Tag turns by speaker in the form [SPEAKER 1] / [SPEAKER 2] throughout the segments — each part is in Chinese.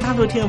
[SPEAKER 1] 大陆听众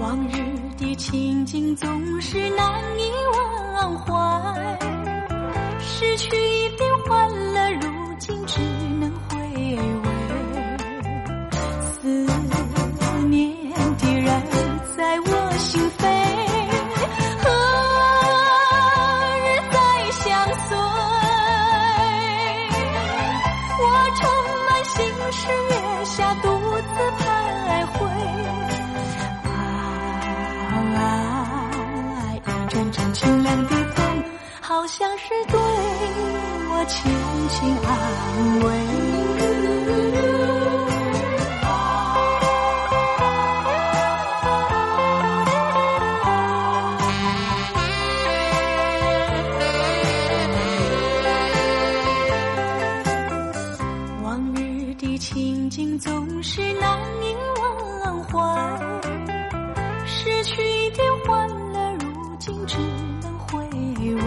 [SPEAKER 2] 往日的情景总是难以忘怀，失去一遍欢乐，如今只能回味。思念的人在我心扉，何日再相随？我充满心事，月下独自徘徊。啊啊！清凉的风，好像是对我轻轻安慰。往日的情景总是难以忘怀，失去一点欢乐，如今只能回味。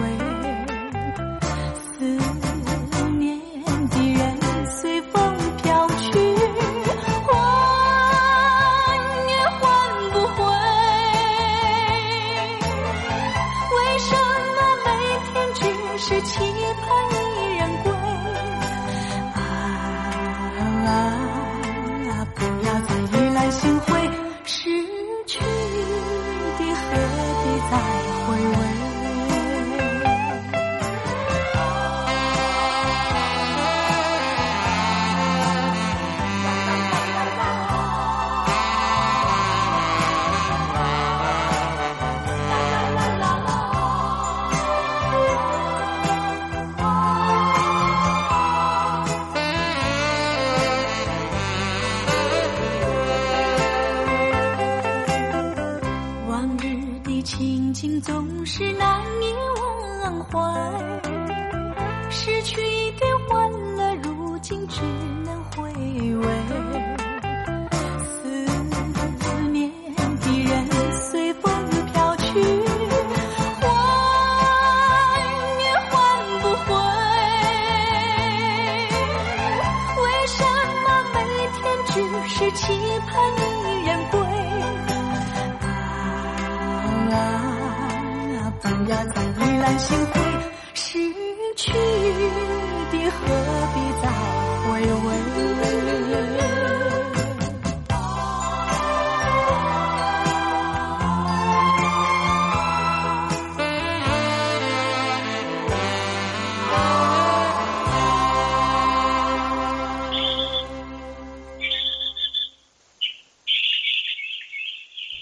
[SPEAKER 2] 思念的人随风飘去，换也换不回。为什么每天只是期盼一人归？啊啊！不要再依赖心灰，失去的何必再回味？往日的情景总是难以忘怀，失去一点欢乐，如今只能回味。思念的人随风飘去，换也换不回。为什么每天只是期盼一人归？啊，不要再依赖心灰，失去的何必再回味？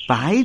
[SPEAKER 1] 百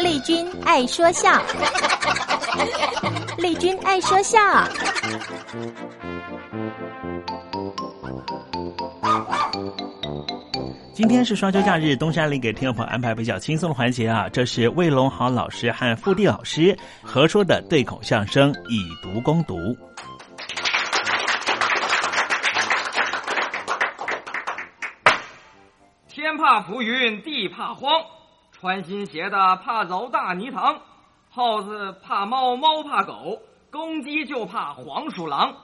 [SPEAKER 3] 丽君爱说 笑，丽君爱说笑。
[SPEAKER 1] 今天是双休假日，东山林给听众朋友安排比较轻松的环节啊。这是魏龙豪老师和傅地老师合说的对口相声《以毒攻毒》。
[SPEAKER 4] 天怕浮云，地怕荒，穿新鞋的怕揉大泥塘，耗子怕猫，猫怕狗，公鸡就怕黄鼠狼，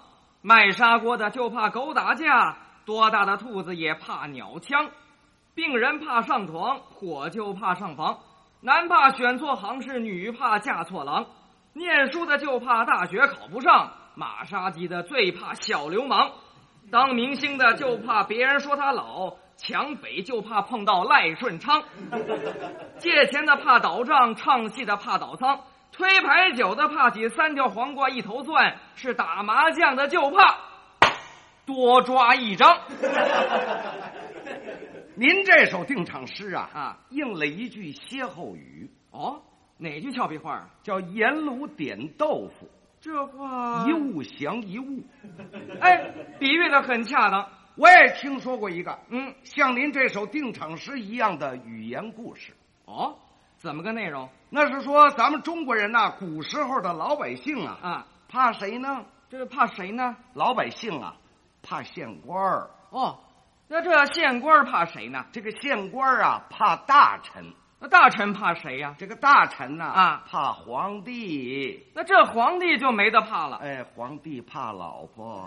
[SPEAKER 4] 卖砂锅的就怕狗打架，多大的兔子也怕鸟枪，病人怕上床，火就怕上房，男怕选错行市，女怕嫁错郎，念书的就怕大学考不上，马杀鸡的最怕小流氓。当明星的就怕别人说他老，抢匪就怕 碰到赖顺昌，借钱的怕倒账，唱戏的怕倒仓，
[SPEAKER 5] 推牌九的怕起三条黄瓜一头蒜，是打麻将的就怕多抓一 张。
[SPEAKER 2] 您这首定场诗啊，啊，应了一句歇后语，
[SPEAKER 5] 哦，哪句俏皮话啊？
[SPEAKER 2] 叫“盐卤点豆腐
[SPEAKER 5] 这”，话
[SPEAKER 2] 一物降一物。
[SPEAKER 5] 哎，比喻的很恰当。
[SPEAKER 2] 我也听说过一个，
[SPEAKER 5] 嗯，
[SPEAKER 2] 像您这首定场诗一样的语言故事。
[SPEAKER 5] 哦，怎么个内容
[SPEAKER 2] 那是说咱们中国人呐、古时候的老百姓啊，
[SPEAKER 5] 啊？
[SPEAKER 2] 怕谁呢？
[SPEAKER 5] 这是怕谁呢？
[SPEAKER 2] 老百姓啊，怕县官儿。
[SPEAKER 5] 哦，那这县官儿怕谁呢？
[SPEAKER 2] 这个县官儿啊，怕大臣。
[SPEAKER 5] 那大臣怕谁呀、
[SPEAKER 2] 这个大臣呐、
[SPEAKER 5] 啊
[SPEAKER 2] 怕皇帝。
[SPEAKER 5] 那这皇帝就没得怕了。
[SPEAKER 2] 哎，皇帝怕老 婆，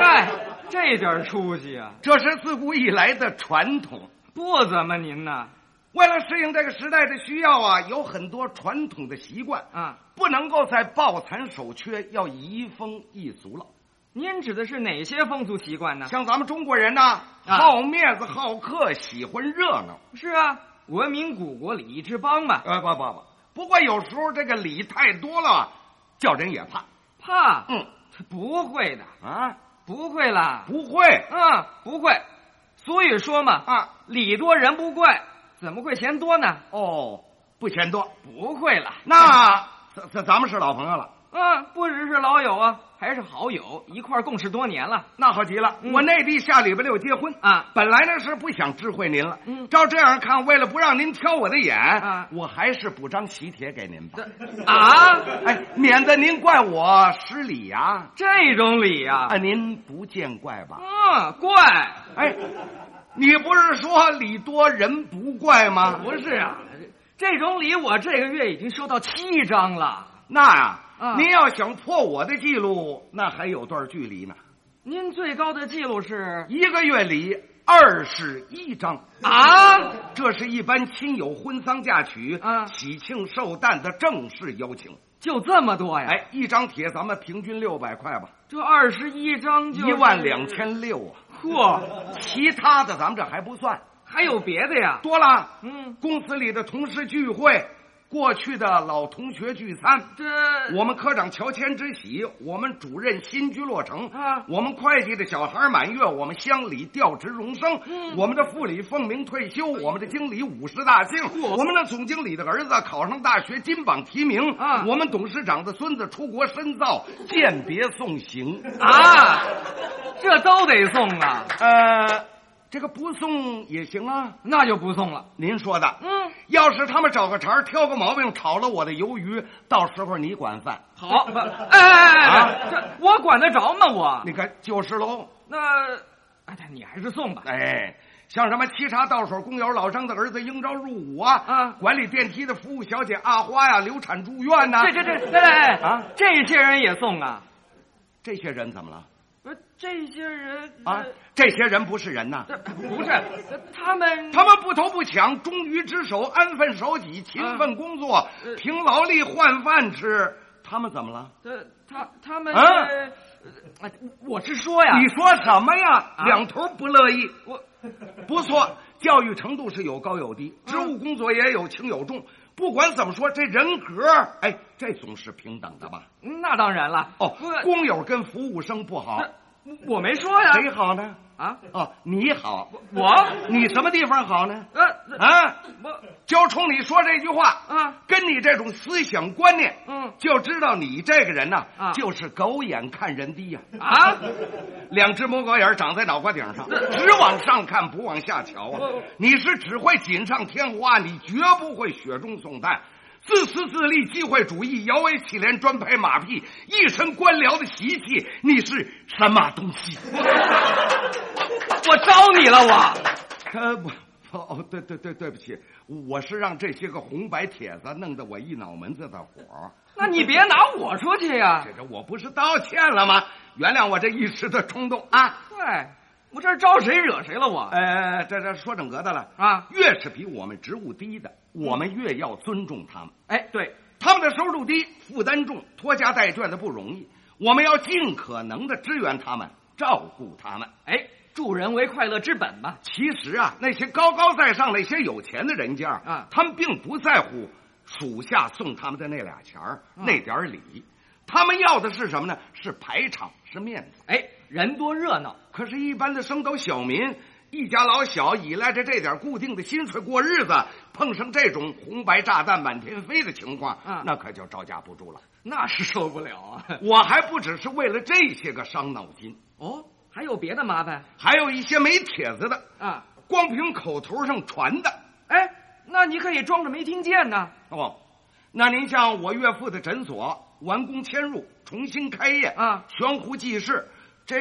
[SPEAKER 5] 嗨，这点出息啊，
[SPEAKER 2] 这是自古以来的传统。
[SPEAKER 5] 不怎么您呐
[SPEAKER 2] 为了适应这个时代的需要啊，有很多传统的习惯，
[SPEAKER 5] 啊！
[SPEAKER 2] 不能够再抱残守缺，要移风易俗了。
[SPEAKER 5] 您指的是哪些风俗习惯呢？
[SPEAKER 2] 像咱们中国人呢、
[SPEAKER 5] 啊
[SPEAKER 2] 好面子、好客，喜欢热闹。
[SPEAKER 5] 是啊，文明古国礼仪之邦嘛，
[SPEAKER 2] 呃，不不不，不过有时候这个礼太多了，叫人也怕。
[SPEAKER 5] 怕？
[SPEAKER 2] 嗯
[SPEAKER 5] 不会的，
[SPEAKER 2] 啊，
[SPEAKER 5] 不会啦。
[SPEAKER 2] 不会
[SPEAKER 5] 嗯，不会。俗语说嘛，
[SPEAKER 2] 啊，
[SPEAKER 5] 礼多人不怪，怎么会嫌多呢？
[SPEAKER 2] 哦，不嫌多。
[SPEAKER 5] 不会啦。
[SPEAKER 2] 那咱咱咱们是老朋友了，
[SPEAKER 5] 嗯，不只是老友啊，还是好友，一块儿共事多年了。
[SPEAKER 2] 那好极了。
[SPEAKER 5] 嗯
[SPEAKER 2] 我内地下礼拜六结婚
[SPEAKER 5] 啊
[SPEAKER 2] 本来呢是不想知会您了。
[SPEAKER 5] 嗯
[SPEAKER 2] 照这样看，为了不让您挑我的眼，
[SPEAKER 5] 啊
[SPEAKER 2] 我还是补张喜帖给您吧。
[SPEAKER 5] 啊，
[SPEAKER 2] 哎，免得您怪我失礼呀、啊。
[SPEAKER 5] 这种礼呀、
[SPEAKER 2] 您不见怪吧？
[SPEAKER 5] 嗯，怪
[SPEAKER 2] 哎，你不是说礼多人不怪吗？
[SPEAKER 5] 不是啊，这这种礼我这个月已经收到七张了。
[SPEAKER 2] 那呀、
[SPEAKER 5] 啊
[SPEAKER 2] 您要想破我的记录，那还有段距离呢。
[SPEAKER 5] 您最高的记录是
[SPEAKER 2] 一个月里二十一章，
[SPEAKER 5] 啊？
[SPEAKER 2] 这是一般亲友婚丧嫁娶、
[SPEAKER 5] 啊
[SPEAKER 2] 喜庆寿诞的正式邀请。
[SPEAKER 5] 就这么多呀？，
[SPEAKER 2] 哎，一张帖咱们平均六百块吧，
[SPEAKER 5] 这二十一张就
[SPEAKER 2] 一万两。千六啊。
[SPEAKER 5] 嚯，
[SPEAKER 2] 其他的咱们这还不算，
[SPEAKER 5] 还有别的呀？
[SPEAKER 2] 多了。
[SPEAKER 5] 嗯，
[SPEAKER 2] 公司里的同事聚会，过去的老同学聚餐，
[SPEAKER 5] 这
[SPEAKER 2] 我们科长乔迁之喜，我们主任新居落成
[SPEAKER 5] 啊
[SPEAKER 2] 我们会计的小孩满月，我们乡里调职荣升，
[SPEAKER 5] 嗯哎
[SPEAKER 2] 我们的副理凤鸣退休，我们的经理五十大庆，我们的总经理的儿子考上大学金榜题名
[SPEAKER 5] 啊
[SPEAKER 2] 我们董事长的孙子出国深造，饯别送行。
[SPEAKER 5] 啊，这都得送啊？
[SPEAKER 2] 呃，这个不送也行啊，
[SPEAKER 5] 那就不送了。
[SPEAKER 2] 您说的。
[SPEAKER 5] 嗯，
[SPEAKER 2] 要是他们找个茬儿挑个毛病，炒了我的鱿鱼，到时候你管饭。啊
[SPEAKER 5] 好，不，哎哎哎哎，这我管得着吗？我
[SPEAKER 2] 你看，就是喽。
[SPEAKER 5] 那，哎，你还是送吧。
[SPEAKER 2] 哎，像什么沏茶倒水、工友老张的儿子应召入伍啊，
[SPEAKER 5] 啊
[SPEAKER 2] 管理电梯的服务小姐阿花呀、流产住院呐、
[SPEAKER 5] 这这这，哎哎哎
[SPEAKER 2] 啊
[SPEAKER 5] 这些人也送啊？
[SPEAKER 2] 这些人怎么了
[SPEAKER 5] 不是这些人
[SPEAKER 2] 啊？这些人不是人呐、
[SPEAKER 5] 这呃不是呃他们，
[SPEAKER 2] 他们不偷不抢，忠于职守，安分守己，勤奋工作，
[SPEAKER 5] 呃
[SPEAKER 2] 凭劳力换饭吃。他们怎么了？
[SPEAKER 5] 呃他他们
[SPEAKER 2] 啊
[SPEAKER 5] 是，呃我是说呀，
[SPEAKER 2] 你说什么呀？
[SPEAKER 5] 啊
[SPEAKER 2] 两头不乐意。
[SPEAKER 5] 我
[SPEAKER 2] 不错，教育程度是有高有低，职务工作也有轻有重。不管怎么说，这人格，哎，这总是平等的吧？
[SPEAKER 5] 那当然了。
[SPEAKER 2] 哦
[SPEAKER 5] 不，
[SPEAKER 2] 工友跟服务生不好，
[SPEAKER 5] 那我没说呀。
[SPEAKER 2] 谁好呢？
[SPEAKER 5] 啊，
[SPEAKER 2] 哦，你好，
[SPEAKER 5] 我
[SPEAKER 2] 你什么地方好呢？
[SPEAKER 5] 呃
[SPEAKER 2] 啊，
[SPEAKER 5] 我
[SPEAKER 2] 就冲你说这句话，
[SPEAKER 5] 啊
[SPEAKER 2] 跟你这种思想观念，
[SPEAKER 5] 嗯
[SPEAKER 2] 就知道你这个人呐、
[SPEAKER 5] 啊
[SPEAKER 2] 就是狗眼看人低呀、
[SPEAKER 5] 啊，呃
[SPEAKER 2] 两只母狗眼儿长在脑瓜顶上，只往上看不往下瞧啊
[SPEAKER 5] 我！
[SPEAKER 2] 你是只会锦上添花，你绝不会雪中送炭。自私自利、机会主义、摇尾乞怜、专拍马屁，一身官僚的习气，你是什么东西？
[SPEAKER 5] 我招你了我。
[SPEAKER 2] 呃，不，不 哦，对对对，对不起，我是让这些个红白帖子弄得我一脑门子的火。
[SPEAKER 5] 那你别拿我出去呀
[SPEAKER 2] 这。这，我不是道歉了吗？原谅我这一时的冲动啊！
[SPEAKER 5] 对，我这招谁惹谁了我？
[SPEAKER 2] 呃，这这说整个的了
[SPEAKER 5] 啊
[SPEAKER 2] 越是比我们职务低的，我们越要尊重他们。
[SPEAKER 5] 哎，对，
[SPEAKER 2] 他们的收入低，负担重，拖家带眷的不容易，我们要尽可能的支援他们，照顾他们。
[SPEAKER 5] 哎，助人为快乐之本嘛。
[SPEAKER 2] 其实啊，那些高高在上、那些有钱的人家
[SPEAKER 5] 啊
[SPEAKER 2] 他们并不在乎属下送他们的那俩钱儿、
[SPEAKER 5] 啊
[SPEAKER 2] 那点儿礼，他们要的是什么呢？是排场，是面子。
[SPEAKER 5] 哎，人多热闹，
[SPEAKER 2] 可是，一般的升斗小民，一家老小依赖着这点固定的薪水过日子，碰上这种红白炸弹满天飞的情况，
[SPEAKER 5] 啊
[SPEAKER 2] 那可就招架不住了。
[SPEAKER 5] 那是受不了啊！
[SPEAKER 2] 我还不只是为了这些个伤脑筋，
[SPEAKER 5] 哦，还有别的麻烦
[SPEAKER 2] 还有一些没帖子的，
[SPEAKER 5] 啊？
[SPEAKER 2] 光凭口头上传的。
[SPEAKER 5] 哎，那你可以装着没听见呢。
[SPEAKER 2] 哦，那您像我岳父的诊所完工迁入，重新开业
[SPEAKER 5] 啊
[SPEAKER 2] 悬壶济世，这、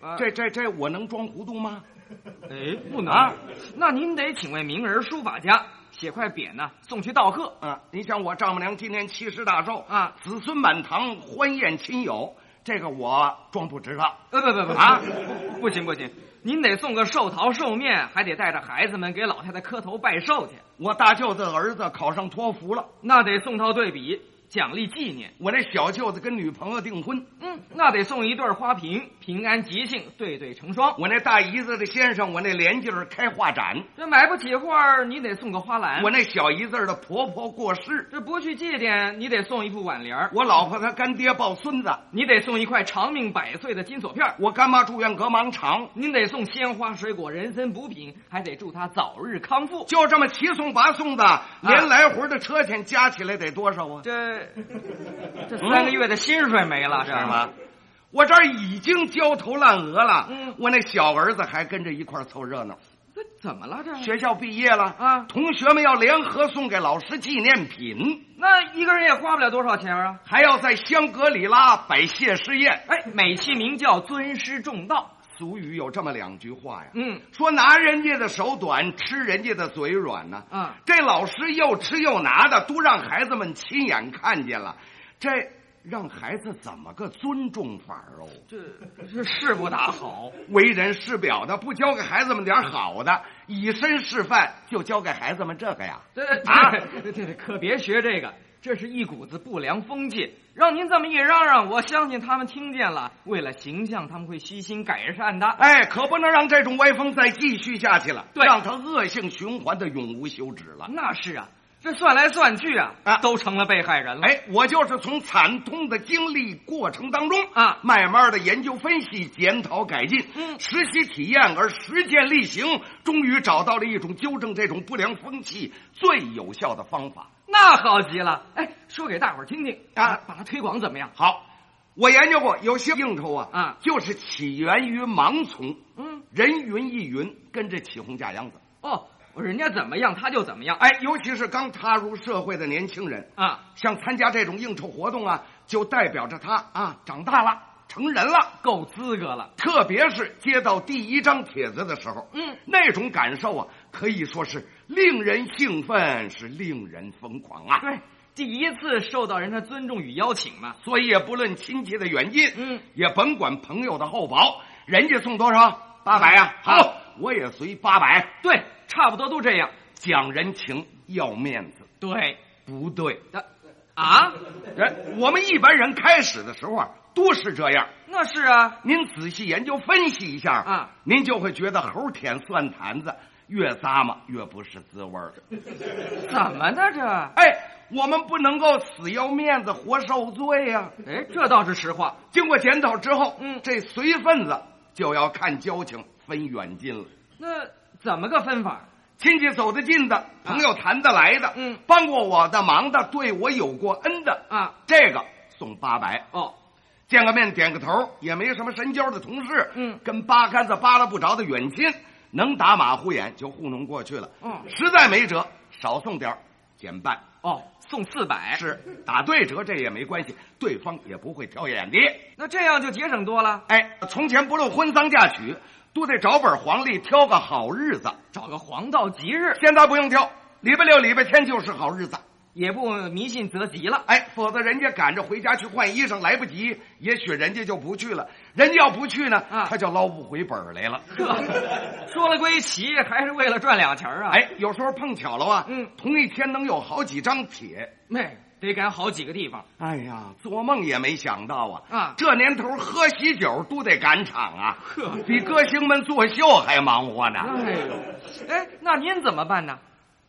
[SPEAKER 5] 啊
[SPEAKER 2] 这这这我能装糊涂吗？
[SPEAKER 5] 哎，不能，那您得请位名人书法家写块匾呢，送去道贺。
[SPEAKER 2] 啊，你像我丈母娘今年七十大寿
[SPEAKER 5] 啊
[SPEAKER 2] 子孙满堂，欢宴亲友，这个我装不知道。
[SPEAKER 5] 呃，不不不
[SPEAKER 2] 啊
[SPEAKER 5] 啊， 不行不行，您得送个寿桃寿面，还得带着孩子们给老太太磕头拜寿去，
[SPEAKER 2] 我大舅子儿子考上托福了，
[SPEAKER 5] 那得送套对比，奖励纪念。
[SPEAKER 2] 我那小舅子跟女朋友订婚，
[SPEAKER 5] 嗯，那得送一对花瓶，平安吉庆，对对成双。
[SPEAKER 2] 我那大姨子的先生，我那连襟儿开画展，
[SPEAKER 5] 这买不起画儿，你得送个花篮。
[SPEAKER 2] 我那小姨子儿的婆婆过世，
[SPEAKER 5] 这不去祭奠，你得送一副挽联儿
[SPEAKER 2] 我老婆她干爹抱孙子，
[SPEAKER 5] 你得送一块长命百岁的金锁片儿
[SPEAKER 2] 我干妈住院隔盲肠，
[SPEAKER 5] 您得送鲜花、水果、人参补品，还得祝她早日康复。啊
[SPEAKER 2] 就这么七送八送的，连来回的车钱加起来得多少啊？
[SPEAKER 5] 这这三个月的薪水没了，是吗？
[SPEAKER 2] 嗯我这儿已经焦头烂额了，
[SPEAKER 5] 嗯
[SPEAKER 2] 我那小儿子还跟着一块儿凑热闹。
[SPEAKER 5] 这怎么了？这
[SPEAKER 2] 学校毕业了
[SPEAKER 5] 啊
[SPEAKER 2] 同学们要联合送给老师纪念品，
[SPEAKER 5] 那一个人也花不了多少钱啊！
[SPEAKER 2] 还要在香格里拉摆谢师宴。
[SPEAKER 5] 哎，美其名叫尊师重道。
[SPEAKER 2] 俗语有这么两句话呀，
[SPEAKER 5] 嗯，
[SPEAKER 2] 说拿人家的手短，吃人家的嘴软呢、
[SPEAKER 5] 啊
[SPEAKER 2] 这老师又吃又拿的，都让孩子们亲眼看见了，这让孩子怎么个尊重法儿哦？
[SPEAKER 5] 这这是不大好。
[SPEAKER 2] 为人师表的不教给孩子们点儿好的，以身示范就教给孩子们这个呀？
[SPEAKER 5] 这
[SPEAKER 2] 啊
[SPEAKER 5] 啊，这 这可别学这个，这是一股子不良风气。让您这么一嚷嚷，我相信他们听见了，为了形象，他们会虚心改善的。
[SPEAKER 2] 哎，可不能让这种歪风再继续下去了，
[SPEAKER 5] 对
[SPEAKER 2] 让它恶性循环的永无休止了。
[SPEAKER 5] 那是啊，这算来算去啊，
[SPEAKER 2] 啊
[SPEAKER 5] 都成了被害人了。
[SPEAKER 2] 哎，我就是从惨痛的经历过程当中
[SPEAKER 5] 啊
[SPEAKER 2] 慢慢的研究分析、检讨改进，
[SPEAKER 5] 嗯
[SPEAKER 2] 实习体验而实践力行，终于找到了一种纠正这种不良风气最有效的方法。
[SPEAKER 5] 那好极了。哎，说给大伙儿听听
[SPEAKER 2] 啊
[SPEAKER 5] 把它推广怎么样？
[SPEAKER 2] 好，我研究过，有些应酬啊，
[SPEAKER 5] 啊
[SPEAKER 2] 就是起源于盲从，
[SPEAKER 5] 嗯，
[SPEAKER 2] 人云亦云，跟着起哄架秧子。
[SPEAKER 5] 哦，人家怎么样他就怎么样。哎
[SPEAKER 2] 哎，尤其是刚踏入社会的年轻人，
[SPEAKER 5] 啊，
[SPEAKER 2] 像参加这种应酬活动啊，就代表着他啊长大了、成人了。
[SPEAKER 5] 够资格了。
[SPEAKER 2] 特别是接到第一张帖子的时候，
[SPEAKER 5] 嗯，
[SPEAKER 2] 那种感受啊，可以说是令人兴奋，是令人疯狂啊。
[SPEAKER 5] 对，第一次受到人的尊重与邀请嘛。
[SPEAKER 2] 所以也不论亲戚的原因，
[SPEAKER 5] 嗯，
[SPEAKER 2] 也甭管朋友的厚薄，人家送多少，八百呀、
[SPEAKER 5] 嗯
[SPEAKER 2] 好，我也随八百，
[SPEAKER 5] 对，差不多都这样。
[SPEAKER 2] 讲人情，要面子，
[SPEAKER 5] 对，
[SPEAKER 2] 不对。
[SPEAKER 5] 的啊，
[SPEAKER 2] 人我们一般人开始的时候啊，都是这样。
[SPEAKER 5] 那是啊，
[SPEAKER 2] 您仔细研究分析一下
[SPEAKER 5] 啊，
[SPEAKER 2] 您就会觉得猴舔蒜坛子，越咂摸越不是滋味儿。
[SPEAKER 5] 怎么的这？
[SPEAKER 2] 哎，我们不能够死要面子活受罪呀、
[SPEAKER 5] 哎，这倒是实话。
[SPEAKER 2] 经过检讨之后，
[SPEAKER 5] 嗯
[SPEAKER 2] 这随份子就要看交情，分远近了。
[SPEAKER 5] 那怎么个分法？啊
[SPEAKER 2] 亲戚走得近的，朋友谈得来的，
[SPEAKER 5] 嗯
[SPEAKER 2] 帮过我的忙的，对我有过恩的，
[SPEAKER 5] 啊，
[SPEAKER 2] 这个送八百。
[SPEAKER 5] 哦，
[SPEAKER 2] 见个面点个头，也没什么神交的同事，
[SPEAKER 5] 嗯
[SPEAKER 2] 跟八竿子扒拉不着的远亲，能打马虎眼就糊弄过去了。
[SPEAKER 5] 嗯
[SPEAKER 2] 实在没辙，少送点儿减半。
[SPEAKER 5] 哦，送四百。
[SPEAKER 2] 是打对折，这也没关系，对方也不会挑眼的。
[SPEAKER 5] 那这样就节省多了，
[SPEAKER 2] 哎，从前不论婚丧嫁娶，都得找本黄历挑个好日子。
[SPEAKER 5] 找个黄道吉日，
[SPEAKER 2] 现在不用挑，礼拜六、礼拜天就是好日子。
[SPEAKER 5] 也不迷信择吉了。
[SPEAKER 2] 哎，否则人家赶着回家去换衣裳来不及，也许人家就不去了。人家要不去呢，
[SPEAKER 5] 啊
[SPEAKER 2] 他就捞不回本儿来 了。
[SPEAKER 5] 呵，说了归齐，还是为了赚俩钱儿啊！，
[SPEAKER 2] 哎，有时候碰巧了啊，
[SPEAKER 5] 嗯
[SPEAKER 2] 同一天能有好几张帖。
[SPEAKER 5] 妹得赶好几个地方。
[SPEAKER 2] 哎呀，做梦也没想到啊！
[SPEAKER 5] 啊
[SPEAKER 2] 这年头喝喜酒都得赶场啊，
[SPEAKER 5] 呵
[SPEAKER 2] 比歌星们作秀还忙活呢。
[SPEAKER 5] 哎呦，哎，那您怎么办呢？啊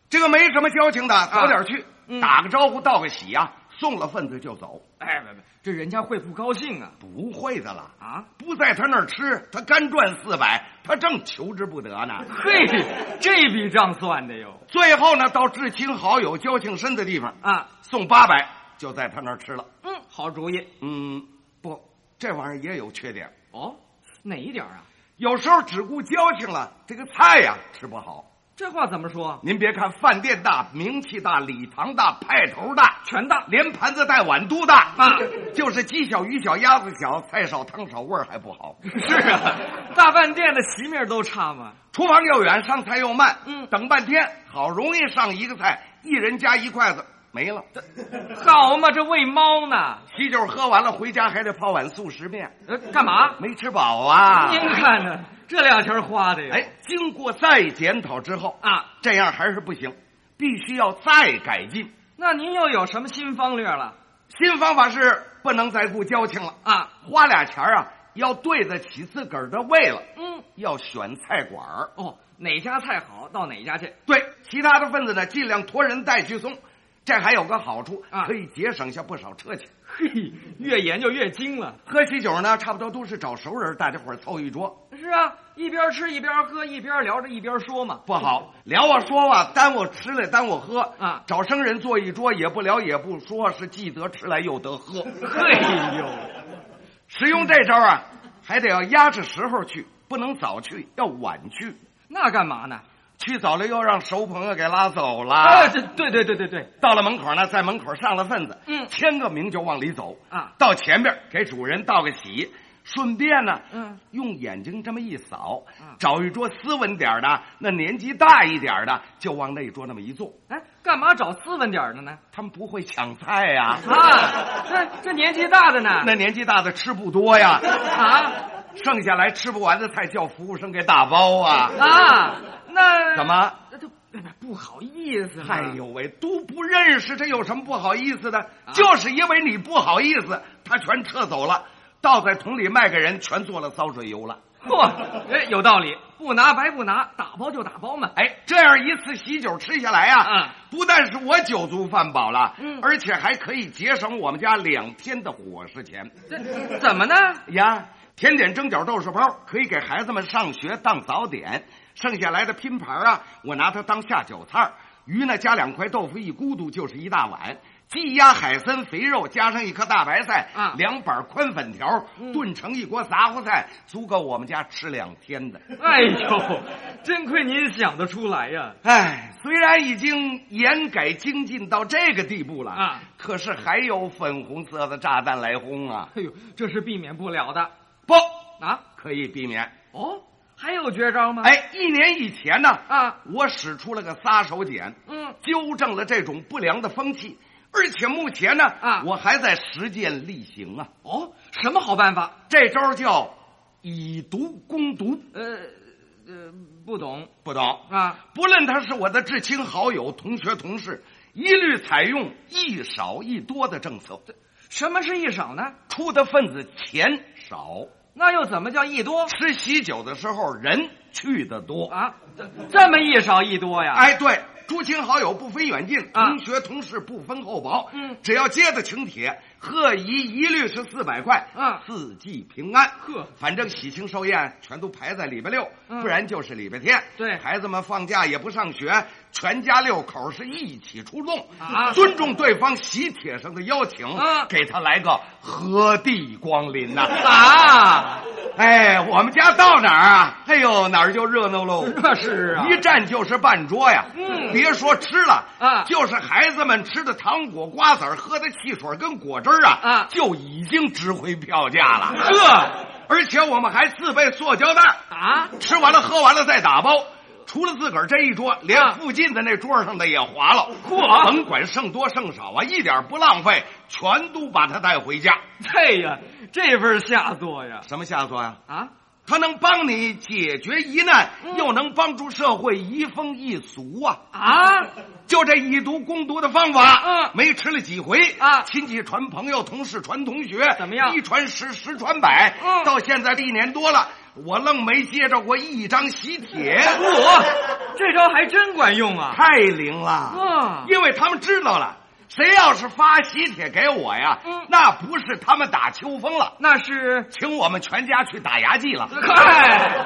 [SPEAKER 2] 这个没什么交情的，早点去，嗯、打个招呼，道个喜啊，送了份子就走。
[SPEAKER 5] 哎，别别，这人家会不高兴啊？
[SPEAKER 2] 不会的了
[SPEAKER 5] 啊！
[SPEAKER 2] 不在他那儿吃，他干赚四百，他正求之不得呢。
[SPEAKER 5] 嘿，这笔账算的哟。
[SPEAKER 2] 最后呢，到至亲好友交情深的地方
[SPEAKER 5] 啊，
[SPEAKER 2] 送八百，就在他那儿吃了。
[SPEAKER 5] 嗯，好主意。
[SPEAKER 2] 嗯，不，这玩意儿也有缺点。
[SPEAKER 5] 哦，哪一点啊？
[SPEAKER 2] 有时候只顾交情了，这个菜呀、啊、吃不好。
[SPEAKER 5] 这话怎么说？
[SPEAKER 2] 您别看饭店大、名气大、礼堂大、派头大，
[SPEAKER 5] 全大，
[SPEAKER 2] 连盘子带碗都大
[SPEAKER 5] 啊！
[SPEAKER 2] 就是鸡小、鱼小、鸭子小，菜少汤少味儿还不 好。
[SPEAKER 5] 是啊，大饭店的席面都差嘛。
[SPEAKER 2] 厨房又远，上菜又慢，
[SPEAKER 5] 嗯，
[SPEAKER 2] 等半天，好容易上一个菜，一人夹一筷子，没了。
[SPEAKER 5] 好嘛，这喂猫呢？
[SPEAKER 2] 喜酒喝完了，回家还得泡碗速食面，
[SPEAKER 5] 呃，干嘛？
[SPEAKER 2] 没吃饱啊？
[SPEAKER 5] 您看呢？这俩钱花的呀！
[SPEAKER 2] 哎，经过再检讨之后
[SPEAKER 5] 啊，
[SPEAKER 2] 这样还是不行，必须要再改进。
[SPEAKER 5] 那您又有什么新方略了？
[SPEAKER 2] 新方法是不能再顾交情了
[SPEAKER 5] 啊！
[SPEAKER 2] 花俩钱啊，要对得起自个儿的胃了。
[SPEAKER 5] 嗯，
[SPEAKER 2] 要选菜馆儿
[SPEAKER 5] 哦，哪家菜好到哪家去。
[SPEAKER 2] 对，其他的份子呢，尽量托人带去送。这还有个好处
[SPEAKER 5] 啊，
[SPEAKER 2] 可以节省下不少车钱。
[SPEAKER 5] 嘿，越研究越精了。
[SPEAKER 2] 喝喜酒呢，差不多都是找熟人，大家伙凑一桌。
[SPEAKER 5] 是啊，一边吃一边喝，一边聊着一边说嘛。
[SPEAKER 2] 不好，聊啊说啊，耽误吃来耽误喝
[SPEAKER 5] 啊。
[SPEAKER 2] 找生人坐一桌，也不聊也不说，是既得吃来又 得喝。
[SPEAKER 5] 嘿哎呦，
[SPEAKER 2] 使用这招啊，还得要压着时候去，不能早去，要晚去。
[SPEAKER 5] 那干嘛呢？
[SPEAKER 2] 去早了又让熟朋友给拉走了。
[SPEAKER 5] 啊，对对对对对，
[SPEAKER 2] 到了门口呢，在门口上了份子，
[SPEAKER 5] 嗯，
[SPEAKER 2] 签个名就往里走
[SPEAKER 5] 啊。
[SPEAKER 2] 到前边给主人道个喜，顺便呢，
[SPEAKER 5] 嗯，
[SPEAKER 2] 用眼睛这么一扫，
[SPEAKER 5] 啊
[SPEAKER 2] 找一桌斯文点儿的，那年纪大一点儿的就往那桌那么一坐。
[SPEAKER 5] 哎，干嘛找斯文点儿的呢？
[SPEAKER 2] 他们不会抢菜呀、
[SPEAKER 5] 啊，这这年纪大的呢？
[SPEAKER 2] 那年纪大的吃不多呀，
[SPEAKER 5] 啊
[SPEAKER 2] 剩下来吃不完的菜叫服务生给打包啊。
[SPEAKER 5] 啊，那
[SPEAKER 2] 怎么？
[SPEAKER 5] 那就不好意思嘛。
[SPEAKER 2] 哎呦喂，都不认识，这有什么不好意思的？
[SPEAKER 5] 啊
[SPEAKER 2] 就是因为你不好意思，他全撤走了，倒在桶里卖给人，全做了骚水油了。
[SPEAKER 5] 嚯，哎，有道理，不拿白不拿，打包就打包嘛。
[SPEAKER 2] 哎，这样一次喜酒吃下来啊，
[SPEAKER 5] 嗯
[SPEAKER 2] 不但是我酒足饭饱了，
[SPEAKER 5] 嗯
[SPEAKER 2] 而且还可以节省我们家两天的伙食钱
[SPEAKER 5] 这怎么呢？
[SPEAKER 2] 呀。甜点蒸饺、豆豉包可以给孩子们上学当早点，剩下来的拼盘啊，我拿它当下酒菜儿鱼呢加两块豆腐一咕嘟就是一大碗，鸡鸭海参肥肉加上一颗大白菜，
[SPEAKER 5] 啊嗯
[SPEAKER 2] 两板宽粉条、炖成一锅杂烩菜，足够我们家吃两 天的。
[SPEAKER 5] 哎呦，真亏您想得出来呀！
[SPEAKER 2] 唉，虽然已经严改精进到这个地步了
[SPEAKER 5] 啊，
[SPEAKER 2] 可是还有粉红色的炸弹来轰啊！
[SPEAKER 5] 哎呦，这是避免不了的
[SPEAKER 2] 不，
[SPEAKER 5] 啊！
[SPEAKER 2] 可以避免。
[SPEAKER 5] 哦，还有绝招吗？，
[SPEAKER 2] 哎，一年以前呢，
[SPEAKER 5] 啊，
[SPEAKER 2] 我使出了个撒手锏，
[SPEAKER 5] 嗯，
[SPEAKER 2] 纠正了这种不良的风气，而且目前呢，
[SPEAKER 5] 啊
[SPEAKER 2] 我还在实践力行啊。
[SPEAKER 5] 哦，什么好办法？
[SPEAKER 2] 这招叫以毒攻毒，
[SPEAKER 5] 呃呃，不懂
[SPEAKER 2] 不懂？
[SPEAKER 5] 啊。
[SPEAKER 2] 不论他是我的至亲好友、同学、同事，一律采用一少一多的政策。
[SPEAKER 5] 什么是一少呢？
[SPEAKER 2] 出的分子钱少，
[SPEAKER 5] 那又怎么叫一多
[SPEAKER 2] 吃喜酒的时候人去的多。
[SPEAKER 5] 啊？这 这么一少一多呀？，
[SPEAKER 2] 哎，对，诸亲好友不分远近，
[SPEAKER 5] 啊
[SPEAKER 2] 同学同事不分厚薄。
[SPEAKER 5] 嗯
[SPEAKER 2] 只要接的请帖，贺仪一律是四百块。
[SPEAKER 5] 嗯
[SPEAKER 2] 四季平安。
[SPEAKER 5] 呵
[SPEAKER 2] 反正喜庆寿宴全都排在礼拜六，
[SPEAKER 5] 嗯
[SPEAKER 2] 不然就是礼拜天。
[SPEAKER 5] 对
[SPEAKER 2] 孩子们放假也不上学，全家六口是一起出动，
[SPEAKER 5] 啊
[SPEAKER 2] 尊重对方喜帖上的邀请，
[SPEAKER 5] 嗯
[SPEAKER 2] 给他来个何地光临呐、
[SPEAKER 5] 啊，
[SPEAKER 2] 哎，我们家到哪儿啊？哎呦，哪儿就热闹喽！
[SPEAKER 5] 这是啊
[SPEAKER 2] 一站就是半桌呀。
[SPEAKER 5] 嗯
[SPEAKER 2] 别说吃了
[SPEAKER 5] 啊
[SPEAKER 2] 就是孩子们吃的糖果、瓜子儿、喝的汽水跟果汁儿啊，
[SPEAKER 5] 啊
[SPEAKER 2] 就已经值回票价了。
[SPEAKER 5] 呵
[SPEAKER 2] 而且我们还自备塑胶袋儿，
[SPEAKER 5] 啊，
[SPEAKER 2] 吃完了喝完了再打包。除了自个儿这一桌，
[SPEAKER 5] 啊
[SPEAKER 2] 连附近的那桌上的也划了。啊
[SPEAKER 5] 嚯
[SPEAKER 2] 甭管剩多剩少啊，一点不浪费，全都把它带回家。
[SPEAKER 5] 这哎呀，这份下作呀
[SPEAKER 2] 什么下作呀、
[SPEAKER 5] 啊！
[SPEAKER 2] 它能帮你解决疑难，
[SPEAKER 5] 嗯
[SPEAKER 2] 又能帮助社会移风易俗啊！
[SPEAKER 5] 啊，
[SPEAKER 2] 就这以毒攻毒的方法，
[SPEAKER 5] 嗯
[SPEAKER 2] 没吃了几回
[SPEAKER 5] 啊
[SPEAKER 2] 亲戚传朋友，同事传同学，
[SPEAKER 5] 怎么样
[SPEAKER 2] 一传十，十传百，
[SPEAKER 5] 嗯
[SPEAKER 2] 到现在一年多了，我愣没接着过一张喜帖。
[SPEAKER 5] 我这招还真管用啊！
[SPEAKER 2] 太灵了！
[SPEAKER 5] 哇
[SPEAKER 2] 因为他们知道了，谁要是发喜帖给我呀，
[SPEAKER 5] 嗯
[SPEAKER 2] 那不是他们打秋风了，
[SPEAKER 5] 那是，
[SPEAKER 2] 请我们全家去打牙祭了。
[SPEAKER 5] 嗨，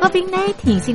[SPEAKER 3] COVID-19 新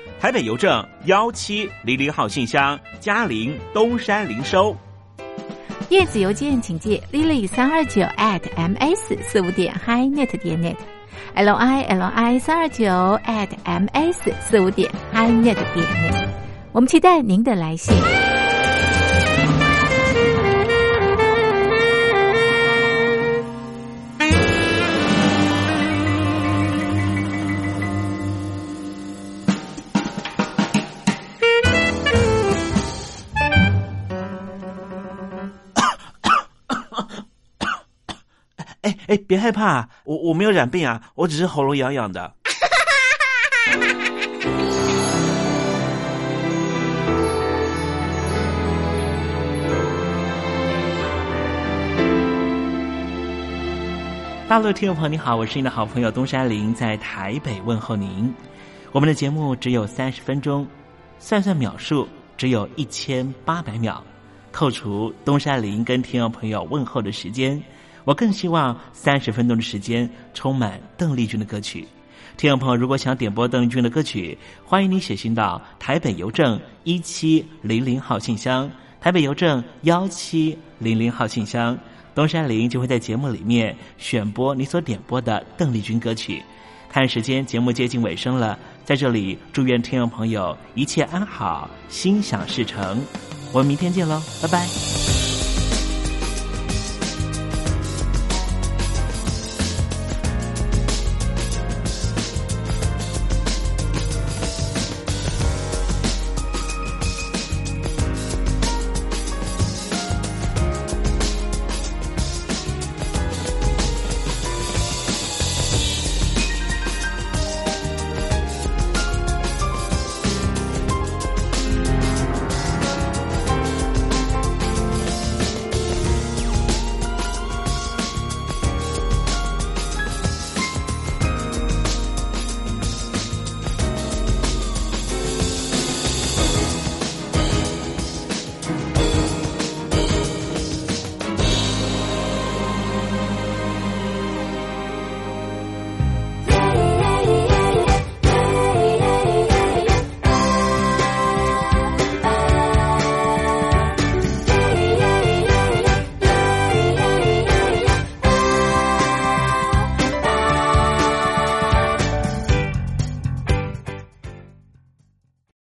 [SPEAKER 1] 台北邮政幺七零零号信箱，嘉陵东山零收。
[SPEAKER 3] 电子邮件请寄 lily 三二九 at ms 四五点 highnet 点 net。l i l i 三二九 at m s 四五点 highnet 点 net，我们期待您的来信。
[SPEAKER 1] 哎哎，别害怕，我我没有染病啊，我只是喉咙痒痒的。 大陆的听众朋友，你好，我是你的好朋友东山林，在台北问候您。我们的节目只有三十分钟，算算秒数只有一千八百秒，扣除东山林跟听众朋友问候的时间，我更希望三十分钟的时间充满邓丽君的歌曲。听众朋友，如果想点播邓丽君的歌曲，欢迎你写信到台北邮政一七零零号信箱，台北邮政幺七零零号信箱，东山林就会在节目里面选播你所点播的邓丽君歌曲。看时间，节目接近尾声了，在这里祝愿听众朋友一切安好，心想事成。我们明天见喽，拜拜。